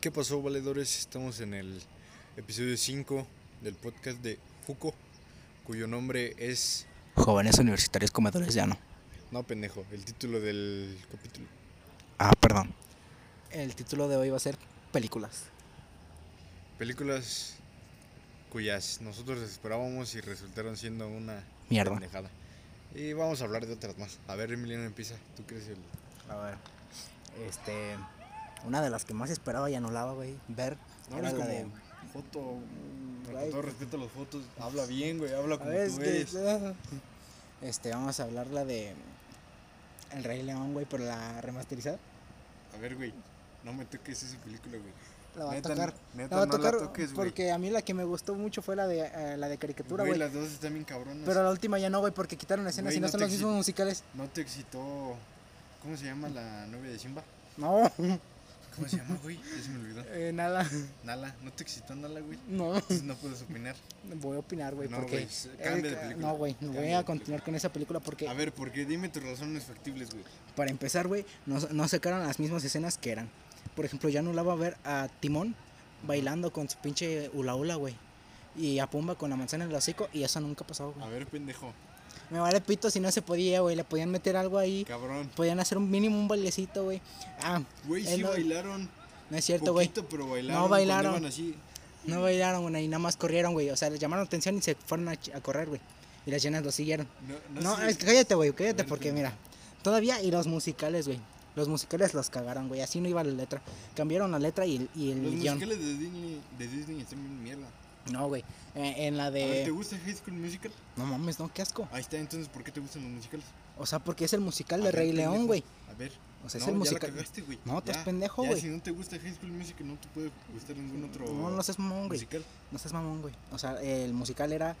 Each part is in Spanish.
¿Qué pasó, valedores? Estamos en el episodio 5 del podcast de Juco, cuyo nombre es. Jóvenes universitarios comedores ya no. No, pendejo, el título del capítulo. Ah, perdón. El título de hoy va a ser películas. Películas cuyas nosotros esperábamos y resultaron siendo una Mierda. pendejada. Y vamos a hablar de otras más. A ver, Emiliano, empieza. Tú crees el. A ver. Este. Una de las que más esperaba y anulaba, güey. Ver. No era hables la como de- Joto, mm, Con Ay. todo respeto a los fotos. Habla bien, güey. Habla A como ver, es tú que- eres. Este, vamos a hablar la de. El Rey León, güey, pero la remasterizada. A ver, güey. No me toques esa película, güey. La va Neta, a tocar. neta, la va a no la tocar toques, güey. porque a mí la que me gustó mucho fue la de, eh, la de caricatura, Güey, güey. las dos están bien cabronas. Pero la última ya no, güey, porque quitaron escenas Güey, y no, no son te los mismos exhi- musicales. ¿No te excitó? ¿Cómo se llama la novia de Simba? No, ¿Cómo se llama, güey? Ya se me olvidó. eh, nada. Nala. ¿No te excitó Nala, güey? No. Entonces no puedes opinar. Voy a opinar, güey, No, porque. güey, s- eh, cambia de ca- película. No, güey, Cambia voy de a continuar con esa película porque, A ver, porque dime tus razones factibles, güey. para empezar, güey, no, no sacaron las mismas escenas que eran. Por ejemplo, ya no la va a ver a Timón bailando con su pinche hula hula, güey. Y a Pumba con la manzana en el hocico, y eso nunca pasó, A güey. ver, pendejo. Me vale pito si no se podía, güey. Le podían meter algo ahí. Cabrón. Podían hacer un mínimo un bailecito, güey. Ah, Güey, eh, sí no, bailaron. no es cierto, güey. Poquito, pero bailaron. No cuando bailaron. iban así. No bailaron, güey, y nada más corrieron, güey. O sea, les llamaron atención y se fueron a, ch- a correr, güey. Y las llenas lo siguieron. No, no, No, sé. es que cállate, güey, A cállate, ver, porque tú. mira, todavía y los musicales, güey. Los musicales los cagaron, güey. Así no iba la letra. Cambiaron la letra y, el- y el Los guión. musicales de Disney, de Disney están bien mierda. No, güey. Eh, en la A ver, ¿te de. gusta High School Musical? No mames, no, qué asco. Ahí está, entonces, ¿por qué te gustan los musicales? O sea, porque es el musical A de ver, Rey pendejo, León, güey. A ver. O sea, es no, ya el la musical. cagaste, güey. No, estás Ya, pendejo, ya, güey. Si no te gusta High School Musical, no te puede gustar ningún otro No, no seas mamón, güey. musical. No seas mamón, güey. O sea, el musical era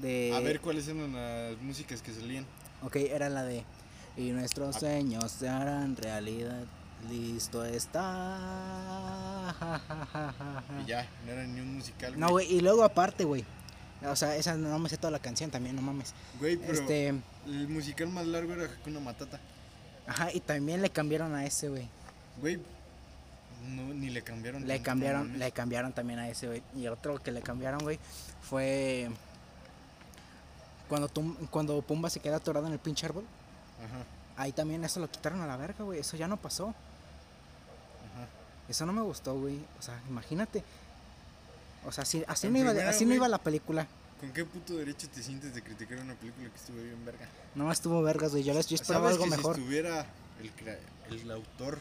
de. A ver cuáles eran las músicas que salían. Ok, era la de. Y nuestros A- sueños se harán realidad. Listo está. Ja, ja, ja, ja, ja. Y ya, no era ni un musical. ah. No, güey, y luego aparte, güey. O sea, esa no me sé toda la canción también, no mames. Güey, pero Este, el musical más largo era Hakuna Matata. ajá, y también le cambiaron a ese, güey. Güey, no, ni le cambiaron. Le tanto, no cambiaron, mames. le cambiaron también a ese, güey. Y otro que le cambiaron, güey, fue cuando Tum- cuando Pumba se queda atorado en el pinche árbol. Ajá, Ahí también eso lo quitaron a la verga, güey. Eso ya no pasó. ajá. Eso no me gustó, güey. O sea, imagínate. O sea, así, así En no iba, primera, así no iba güey. la película. ¿Con qué puto derecho te sientes de criticar una película que estuvo bien verga? No estuvo vergas, güey. Yo, les- yo esperaba ¿Sabes algo que mejor. Si estuviera el, crea- el autor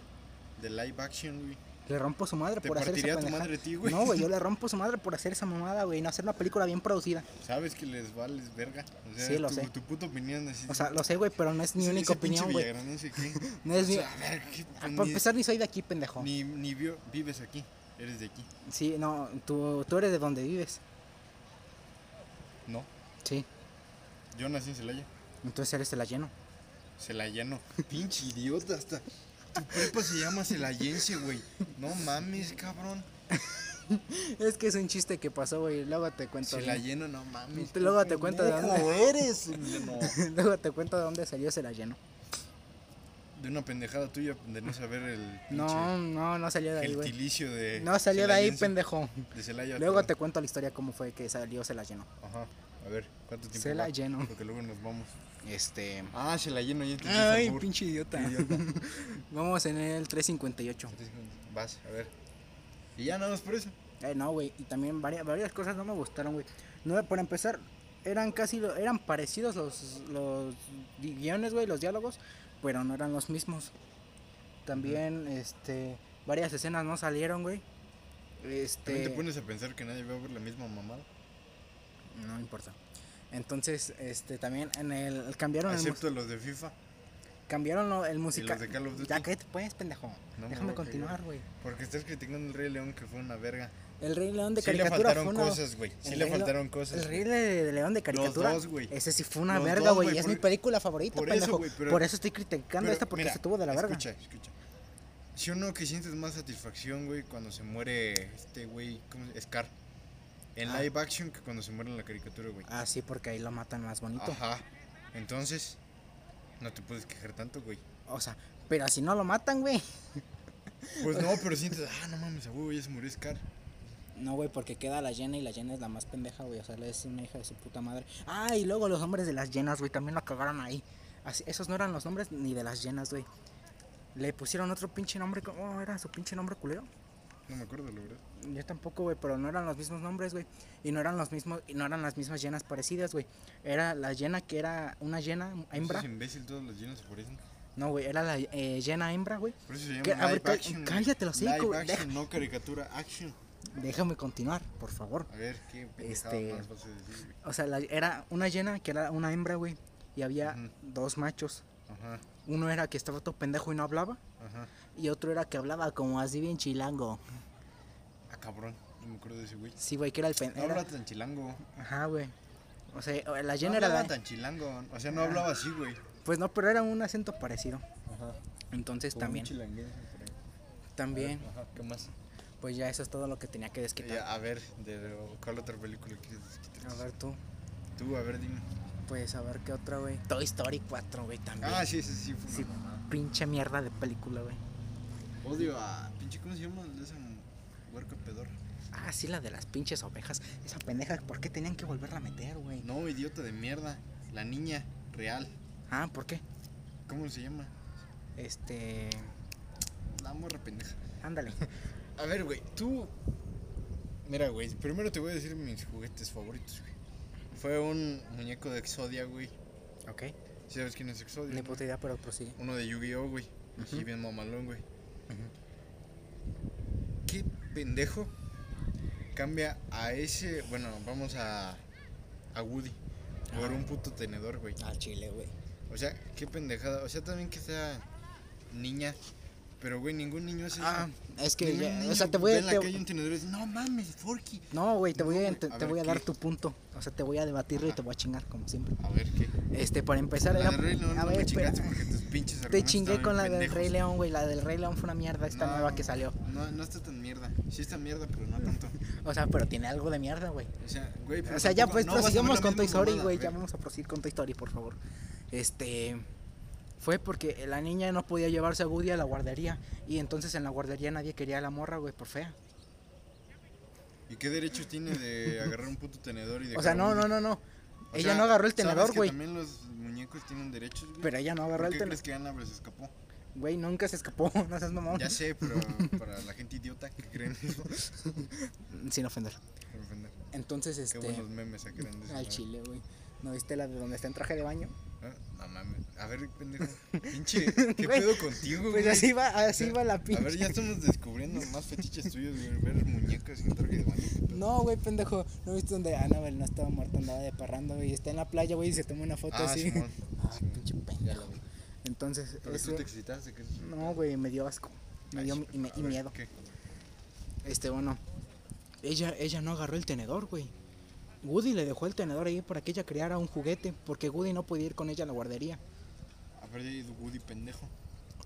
de live action, güey, Le rompo su madre te por hacer esa partiría tu pendejada. madre a ti, güey. No, güey, yo le rompo su madre por hacer esa mamada, güey, no hacer una película bien producida. Sabes que les vales verga. O sea, Sí, lo tu, sé. tu puta opinión así. O sea, lo sé, güey, pero no es mi ese- única ese pinche opinión, güey. Villagranoense, ¿qué? No es O mi... sea, a ver, ¿qué- Ah, ni- Para empezar, ni soy de aquí, pendejo. Ni, ni vio- vives aquí, eres de aquí. Sí, no, tú, tú eres de donde vives. No, Sí, yo nací en Celaya. entonces eres de la lleno. Celayano. Pinche idiota, hasta. Tu prepa se llama celayense, güey. No mames, cabrón. Es que es un chiste que pasó, güey, luego te cuento. güey. Celayeno, no mames. Te- luego qué te cuento de pendejo eres, Emiliano. Luego te cuento de dónde salió ese la lleno. De una pendejada tuya de no saber el No, pinche no, no salió de ahí, güey. gentilicio de. No salió de ahí, celayense, pendejo. De Celaya. Luego te perdón. cuento la historia cómo fue que salió se la lleno. Ajá. A ver, ¿cuánto tiempo? Se la va? lleno. Porque luego nos vamos. Este. Ah, se la lleno ya entendí, Ay, sabor. pinche idiota. Idiota. Vamos en el 358. Vas, a ver. Y ya nada más por eso. Eh, no, güey, y también varias, varias cosas no me gustaron, güey. No, para empezar, eran casi, lo- eran parecidos los, los gui- guiones, güey, los diálogos, pero no eran los mismos. También, este, varias escenas no salieron, güey. También Este, te pones a pensar que nadie va a ver la misma mamada. no importa. Entonces, este, también en el, cambiaron el, mus- Excepto los de FIFA. cambiaron lo- el musical. de Call of Duty? Ya, cállate pues, pendejo. No me voy Déjame a callar. continuar, güey. Porque estás criticando al Rey León que fue una verga. El Rey León de sí le caricatura fue faltaron una... cosas, güey. Sí el le Rey León- faltaron cosas. El güey. Rey de, de León de caricatura. dos, güey. Ese sí fue una Los verga, dos, güey. güey, y Es por- mi película favorita, por eso, pendejo. güey, pero- por eso estoy criticando Pero, esta porque mira, se tuvo de la verga. Escucha, escucha. Si uno que sientes más satisfacción, güey, cuando se muere este güey, ¿cómo se Scar. En Ah. live action que cuando se muere en la caricatura, güey. Ah, sí, porque ahí lo matan más bonito. Ajá. Entonces, no te puedes quejar tanto, güey. O sea, pero si no lo matan, güey. Pues no, pero sientes, ah, no mames, a huevo, ya se murió Scar. No, güey, porque queda la llena y la llena es la más pendeja, güey. O sea, es una hija de su puta madre. Ah, y luego los hombres de las llenas, güey, también la cagaron ahí. Así, esos no eran los nombres ni de las llenas, güey. Le pusieron otro pinche nombre. ¿Cómo era su pinche nombre culero? No me acuerdo, la verdad. Yo tampoco, güey, pero no eran los mismos nombres, güey. Y no eran los mismos, y no eran las mismas llenas parecidas, güey. Era la llena que era una llena hembra. Es imbécil, todos los llenos se parecen. No, güey, era la eh, llena hembra, güey. Por eso se llama ¿Qué? A live ver, ca- action. güey. cállate los hocico, Live güey, action, no caricatura, action. Déjame continuar, por favor. A ver, qué pendejada Este- más vas a decir, güey. O sea, la- era una llena que era una hembra, güey. Y había Ujú. dos machos. Ajá, Uno era que estaba todo pendejo y no hablaba. ajá. Y otro era que hablaba como así bien chilango. Ah, cabrón, no me acuerdo de ese güey. Sí, güey, que era el No pendejo. hablaba tan chilango. Ajá, güey. O sea, o- la No llena era hablaba la- tan chilango. O sea, no hablaba así, güey. Pues no, pero era un acento parecido. Ajá. Entonces también. También. Ajá, ¿qué más? Pues ya eso es todo lo que tenía que desquitar. Ya, a ver, de lo- ¿cuál otra película quieres desquitar? A ver tú. Tú, a ver, dime. Pues a ver qué otra, güey. Toy Story 4, güey, también. Ah, sí, sí, sí. Fue Sí, una mamada. pinche mierda de película, güey. Odio a. Pinche, ¿cómo se llama? De esa huerca pedor. Ah, sí, la de las pinches ovejas. Esa pendeja, ¿por qué tenían que volverla a meter, güey? No, idiota de mierda. La niña real. Ah, ¿por qué? ¿Cómo se llama? Este. La morra pendeja. Ándale. A ver, güey, tú. Mira, güey, primero te voy a decir mis juguetes favoritos, güey. Fue un muñeco de Exodia, güey. ok. ¿Sí ¿Sabes quién es Exodia? Ni no? puta idea, pero pues prosigue. Uno de Yu-Gi-Oh, güey. Así Ujú. bien mamalón, güey. ¿Qué pendejo cambia a ese. Bueno, vamos a. A Woody. Por Ah. un puto tenedor, güey. Al chile, güey. O sea, qué pendejada. O sea, también que sea niña. Pero, güey, ningún niño hace Ah, eso. es que Ningún ya, niño o sea, te voy ve a en la te- calle un tenedor y dice, no mames, Forky. No, güey, te voy No, a, güey, te, a te ver, voy a dar ¿qué? tu punto. O sea, te voy a debatirlo y Ajá. te voy a chingar como siempre. A ver, ¿qué? Este, para empezar la era de Rey León A no ver, me espera. chingaste porque tus pinches Te argumentos chingué estaban con la bien del Rey pendejos. León, güey. La del Rey León fue una mierda esta No, nueva que salió. No, no está tan mierda. Sí está mierda, pero no tanto. O sea, pero tiene algo de mierda, güey. O sea, güey, pero O sea, ya Ah, tampoco- pues no vas a ver prosigamos la con misma Toy Story, mamada, güey. Ya vamos a proseguir con Toy Story, por favor. Este. Fue porque la niña no podía llevarse a Woody a la guardería. Y entonces en la guardería nadie quería a la morra, güey, por fea. ¿Y qué derecho tiene de agarrar un puto tenedor y de O sea, no, no, no, no. O Ella sea, no agarró el ¿sabes tenedor, que güey. También los muñecos tienen derechos, güey. Pero ella no ¿Por agarró el qué crees tenedor. que Ana se escapó? Güey, nunca se escapó. No seas mamón. Ya sé, pero para la gente idiota que creen eso. Sin ofender. Me ofende. Entonces, Qué este. buenos memes sacan de esa Al madre. chile, güey. ¿No viste la de donde está en traje de baño? ¿Eh? No mames. A ver, pendejo. Pinche, ¿qué Güey, pedo contigo, güey? Pues así va, así sea, va la A ver, pinche. ya estamos descubriendo más fetiches tuyos, güey. Ver muñecas en traje de baño. qué pedo. No, güey, pendejo. ¿No viste donde Anabel no estaba muerta, andaba de parranda, güey? Está en la playa, güey, y se toma una foto Ah, así. Simón. Ah, Simón. pinche Ya lo pendejo. vi. Entonces, Pero eso- tú te excitaste, ¿qué es eso? No, güey, me dio asco. Me Ay, dio sí, mi- y, me- a y ver, miedo. ¿qué? Este, bueno. Ella, ella no agarró el tenedor, güey. Woody le dejó el tenedor ahí para que ella creara un juguete, porque Woody no podía ir con ella a la guardería. A ver, y Woody pendejo.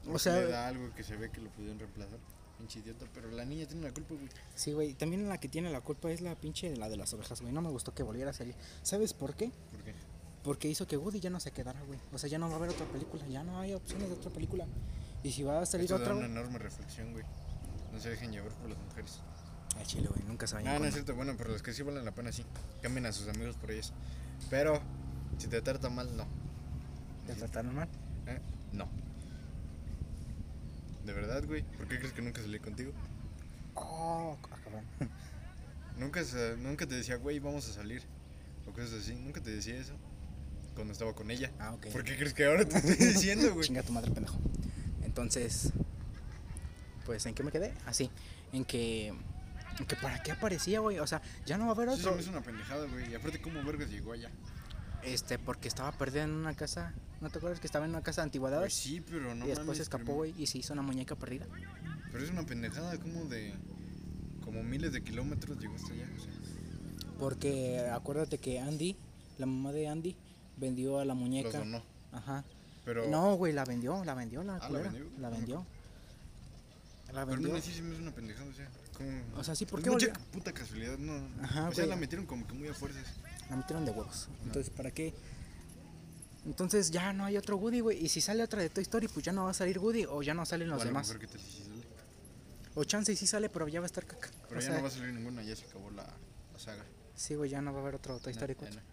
O O sea- sea, le da algo que se ve que lo pudieron reemplazar. Pinche idiota, pero la niña tiene la culpa, güey. Sí, güey. También la que tiene la culpa es la pinche de la de las ovejas, güey. No me gustó que volviera a salir. ¿Sabes por qué? ¿Por qué? Porque hizo que Woody ya no se quedara, güey. O sea, ya no va a haber otra película. Ya no hay opciones de otra película. Y si va a salir Esto da otra, una güey. enorme reflexión, güey. No se dejen llevar por las mujeres. Al chile, güey. Nunca se vayan No, no con- es cierto. Bueno, pero las que sí valen la pena, sí. Cambien a sus amigos por ellas. Pero, si te trata mal, no. ¿Te trataron mal? ¿Eh? No. ¿De verdad, güey? ¿Por qué crees que nunca salí contigo? Oh, ah, cabrón. Nunca, sa- nunca te decía, güey, vamos a salir. O cosas así. Nunca te decía eso. Cuando estaba con ella. Ah, ok. ¿Por qué crees que ahora te estoy diciendo, güey? Chinga tu madre, pendejo. Entonces, pues, ¿en qué me quedé? Así, en que, en que ¿para qué aparecía, güey? O sea, ya no va a haber Sí, se otro. me hizo una pendejada, güey. Y aparte, ¿cómo vergas llegó allá? Este, porque estaba perdida en una casa. ¿No te acuerdas que estaba en una casa Pues de antigüedades? sí, pero no y después mames, se escapó, pero- güey, y se hizo una muñeca perdida. Pero es una pendejada, como de. Como miles de kilómetros llegó hasta allá. O sea, Porque acuérdate que Andy, la mamá de Andy, vendió a la los muñeca. donó. Ajá. Pero. No, güey, la vendió, la vendió la Ah, ¿la culera, vendió? La No me vendió. Pero La vendió. no, sí, sí me hizo una pendejada, o sea. Como... O sea, sí, ¿por Es qué mucha volvió? puta casualidad, no. Ajá, o sea, güey. la metieron como que muy a fuerzas. La metieron de huevos. Ah. Entonces, ¿para qué? Entonces ya no hay otro Woody, güey. Y si sale otra de Toy Story, pues ya no va a salir Woody o ya no salen los O a lo demás. mejor que tal si sí sale. O chance y sí sale, pero ya va a estar caca. Pero O ya sea, no va a salir ninguna, ya se acabó la, la saga. Sí, güey, ya no va a haber otro Toy No, Story ya 4. no.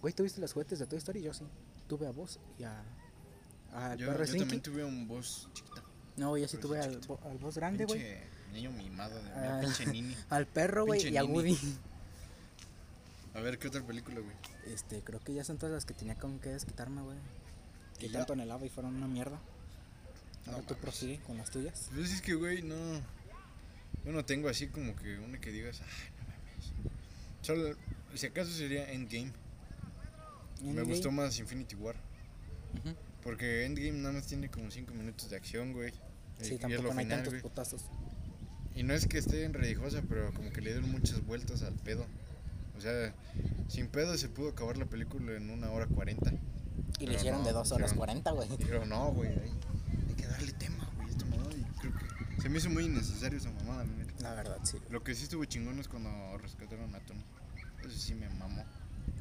Güey, ¿tú viste los juguetes de Toy Story? Yo sí. Tuve a vos y a. Al Yo, perro yo Slinky. también tuve un boss chiquita. No, yo sí pero tuve sí al, chiquito. bo- al boss grande, güey. Pinche niño mimado de Ah. mira, pinche nini. Al perro, güey, pinche y a nini. Woody. A ver, ¿qué otra película, güey? Este, creo que ya son todas las que tenía con que desquitarme, güey. Que Y ya. tanto anhelaba y fueron una mierda. No Ahora tú mames. prosigue con las tuyas. Pues es que, güey, no. Yo no tengo así como que una que digas, ay, no mames. Solo, si acaso sería Endgame. Me Endgame. gustó más Infinity War. Ujú. Porque Endgame nada más tiene como 5 minutos de acción, güey. Y- y Sí, es lo tampoco no hay final, tantos güey. putazos. Y no es que esté en religiosa, pero como que le dieron muchas vueltas al pedo. O sea, sin pedo se pudo acabar la película en una hora cuarenta. Y Pero le hicieron no, de 2 horas hicieron- 40, güey. Dijeron, no, güey, hay, hay que darle tema, güey, esta mamada. Y creo que se me hizo muy innecesario esa mamada, la neta. La verdad, sí. Lo que sí estuvo chingón es cuando rescataron a Tom. Eso sí me mamó,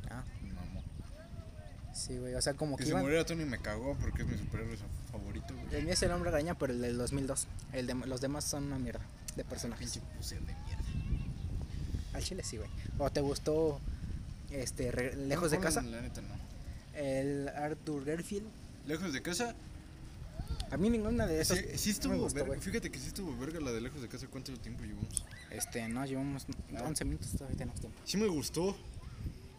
Ah, me mamó. sí, güey. O sea, como Que que, se iban. muriera Tony me cagó porque es mi superhéroe fa- favorito, güey. El mío es el hombre araña, pero el del 2002. El de, los demás son una mierda de personajes. Pinche puser de mierda. Al chile sí, güey. ¿O te gustó este re- lejos de No, casa? La neta no. El Arthur Garfield. Lejos de casa, A mí ninguna de esas. sí, sí estuvo me gustó, verga. güey. Fíjate que sí estuvo verga la de lejos de casa. ¿Cuánto tiempo llevamos? Este, no, llevamos Ah. 11 minutos, todavía tenemos tiempo. Sí me gustó,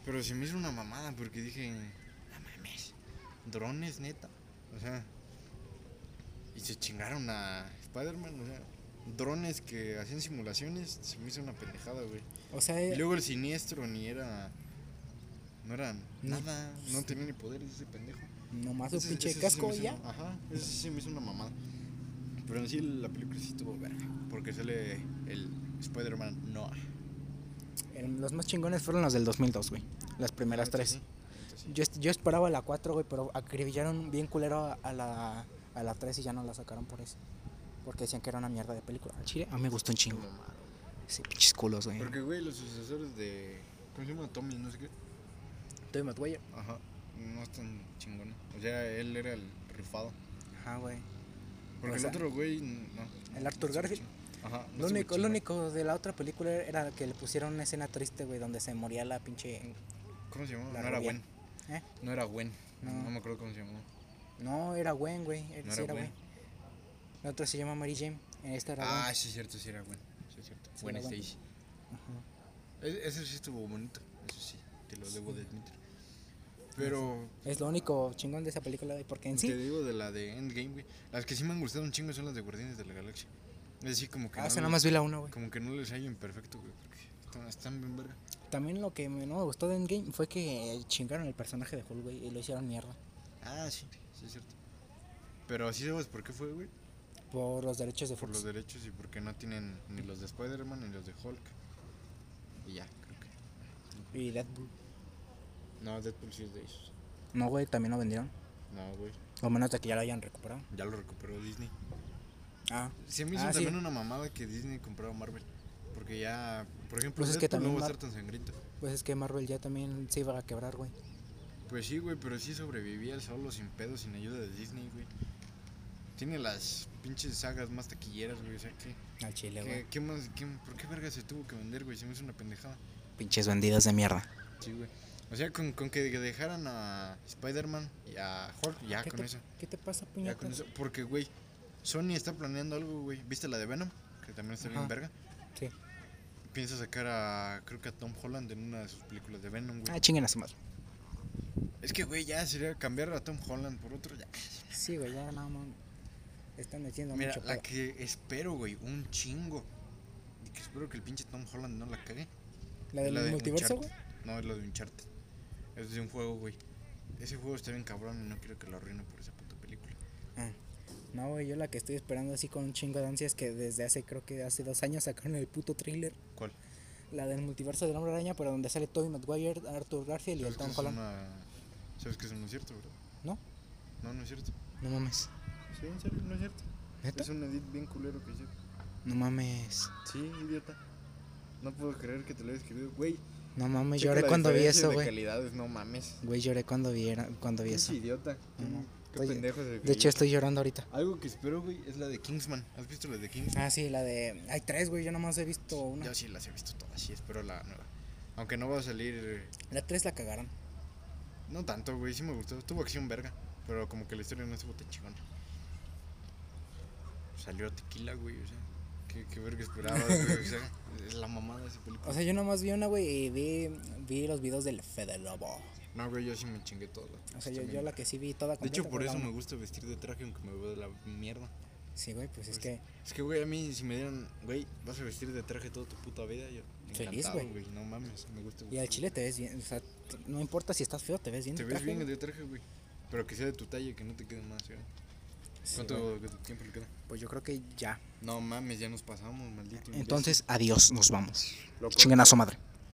pero se me hizo una mamada porque dije, no mames, drones neta. O sea, y se chingaron a Spider-Man, o sea, drones que hacían simulaciones, se me hizo una pendejada, güey. O sea, Y luego el siniestro ni era, no era Ni- nada, no tenía ni poderes ese pendejo. nomás su Ese- pinche ese sí se casco me y hizo ya. una- Ajá, eso sí se me hizo una mamada. Pero en sí la película sí estuvo verga, porque sale el Spider-Man Noah. El- los más chingones fueron los del 2002, güey. Las primeras Entonces, tres. Ah, sí, entonces sí. Yo, est- yo esperaba la 4, güey, pero acribillaron bien culero a, a la, a la 3 y ya no la sacaron por eso. Porque decían que era una mierda de película. Al Chile, a mí me gustó un chingo. Sí, pinches culos, güey. Porque, güey, los sucesores de. ¿Cómo se llama? Tommy, no sé qué. Tobey Maguire. Ajá. No es tan chingón. O sea, él era el rifado. Ajá, güey. Porque O sea, el otro, güey, no. no, el Arthur no estuvo Garfield. chingón. Ajá. no Lo estuvo único, lo chingón. único de la otra película era que le pusieron una escena triste, güey, donde se moría la pinche... ¿Cómo se llamaba? La No era rubia. Gwen. ¿Eh? No era Gwen. No. No. me acuerdo cómo se llamó. No, era Gwen, güey. No sí, era era Gwen. Gwen. La otra se llama Mary Jane. En esta era Ah, Gwen. sí, es cierto, sí era Gwen. Sí, es cierto. Sí, Gwen era Gwen. Stacy. Ajá. E- Eso sí estuvo bonito. Eso sí. Te lo debo de admitir. Pero. Es lo único chingón de esa película, güey, porque en Te sí... digo de la de Endgame, güey. Las que sí me han gustado un chingo son las de Guardianes de la Galaxia. Es decir, como que. Ah, no esa le- nada más vi la 1, güey. Como que no les hallo imperfecto, güey, porque están, están bien verga. También lo que me- no me gustó de Endgame fue que chingaron el personaje de Hulk, güey, y lo hicieron mierda. Ah, sí, sí es cierto. Pero así sabes por qué fue, güey. Por los derechos de Por los Fox. derechos y porque no tienen ni los de Spider-Man ni los de Hulk. Y ya, creo que. Y Deadpool. No, Deadpool sí es de ellos. No, güey, también lo vendieron. No, güey. O menos de que ya lo hayan recuperado. Ya lo recuperó Disney. Ah, Se me hizo Ah, sí. también una mamada que Disney compró a Marvel. Porque ya, por ejemplo, Pues es que Deadpool no también va a Mar- estar tan sangriento. pues es que Marvel ya también se iba a quebrar, güey. Pues sí, güey, pero sí sobrevivía él solo, sin pedo, sin ayuda de Disney, güey. Tiene las pinches sagas más taquilleras, güey, o sea que. Al chile, ¿Qué, güey. qué más, qué- ¿Por qué verga se tuvo que vender, güey? Se me hizo una pendejada. Pinches vendidas de mierda. Sí, güey. O sea, con, con que dejaran a Spider-Man y a Hulk, ya ¿Qué con te, eso. ¿Qué te pasa, Ya puñetas? con eso. Porque, güey, Sony está planeando algo, güey. ¿Viste la de Venom? Que también está bien Ajá. verga. Sí. Piensa sacar a, creo que a Tom Holland en una de sus películas de Venom, güey. Ah, chinguen a su madre. Es que, güey, ya sería cambiar a Tom Holland por otro, ya. Sí, güey, ya nada más. Están metiendo Mira, mucho la pedo. que espero, güey, un chingo. Y que espero que el pinche Tom Holland no la cague. La Es del multiverso, güey. Uncharted. No, es la de Uncharted. Es de un juego, güey. Ese juego está bien cabrón y no quiero que lo arruine por esa puta película. Ah. No, güey, yo la que estoy esperando así con un chingo de ansias que desde hace, creo que hace dos años sacaron el puto thriller. ¿Cuál? La del multiverso del hombre araña, pero donde sale Tobey Maguire, Arthur Garfield y el ¿Sabes que Tom eso es Holland. una- Sabes que eso no es cierto, ¿verdad? No, No, no es cierto. no mames. Sí, en serio, no es cierto. ¿Neta? Es un edit bien culero que hicieron. No mames. Sí, idiota. No puedo creer que te lo hayas escrito, güey. No mames, checa lloré la cuando vi diferencia eso, de güey. calidades, no mames. Güey, lloré cuando vi, era- cuando vi Es eso. idiota. Ajá. Qué Estoy- pendejo se De hecho, estoy llorando ahorita. Algo que espero, güey, es la de Kingsman. ¿Has visto la de Kingsman? Ah, sí, la de. Hay tres, güey. Yo nomás he visto Ah, una. Yo sí las he visto todas, sí, espero la nueva. Aunque no va a salir. La tres la cagaron. No tanto, güey, sí me gustó. Tuvo acción verga, pero como que la historia no estuvo tan chingona. Salió tequila, güey, o sea. Qué, qué verga esperabas, güey, o sea. Es la mamada de esa película. O sea, yo nomás vi una, güey, y vi, vi los videos del Fede Lobo. No, güey, yo sí me chingué todo. la- O sea, yo, también. yo la que sí vi toda De hecho, completa por fue la eso me uno. gusta vestir de traje, aunque me veo de la mierda. Sí, güey, pues es Pues, que. Es que, güey, a mí si me dieran, güey, vas a vestir de traje toda tu puta vida, yo Feliz, encantado, güey. güey. No mames, me gusta. Y al güey. chile te ves bien. O sea, t- no importa si estás feo, te ves bien. Te de ves traje, bien güey. de traje, güey. Pero que sea de tu talla, que no te quede más, ¿eh? Sí, güey. ¿Cuánto tiempo le queda? Pues yo creo que ya. No mames, ya nos pasamos, maldito. imbécil. Entonces, adiós, nos vamos. Lo Chinguen a su madre.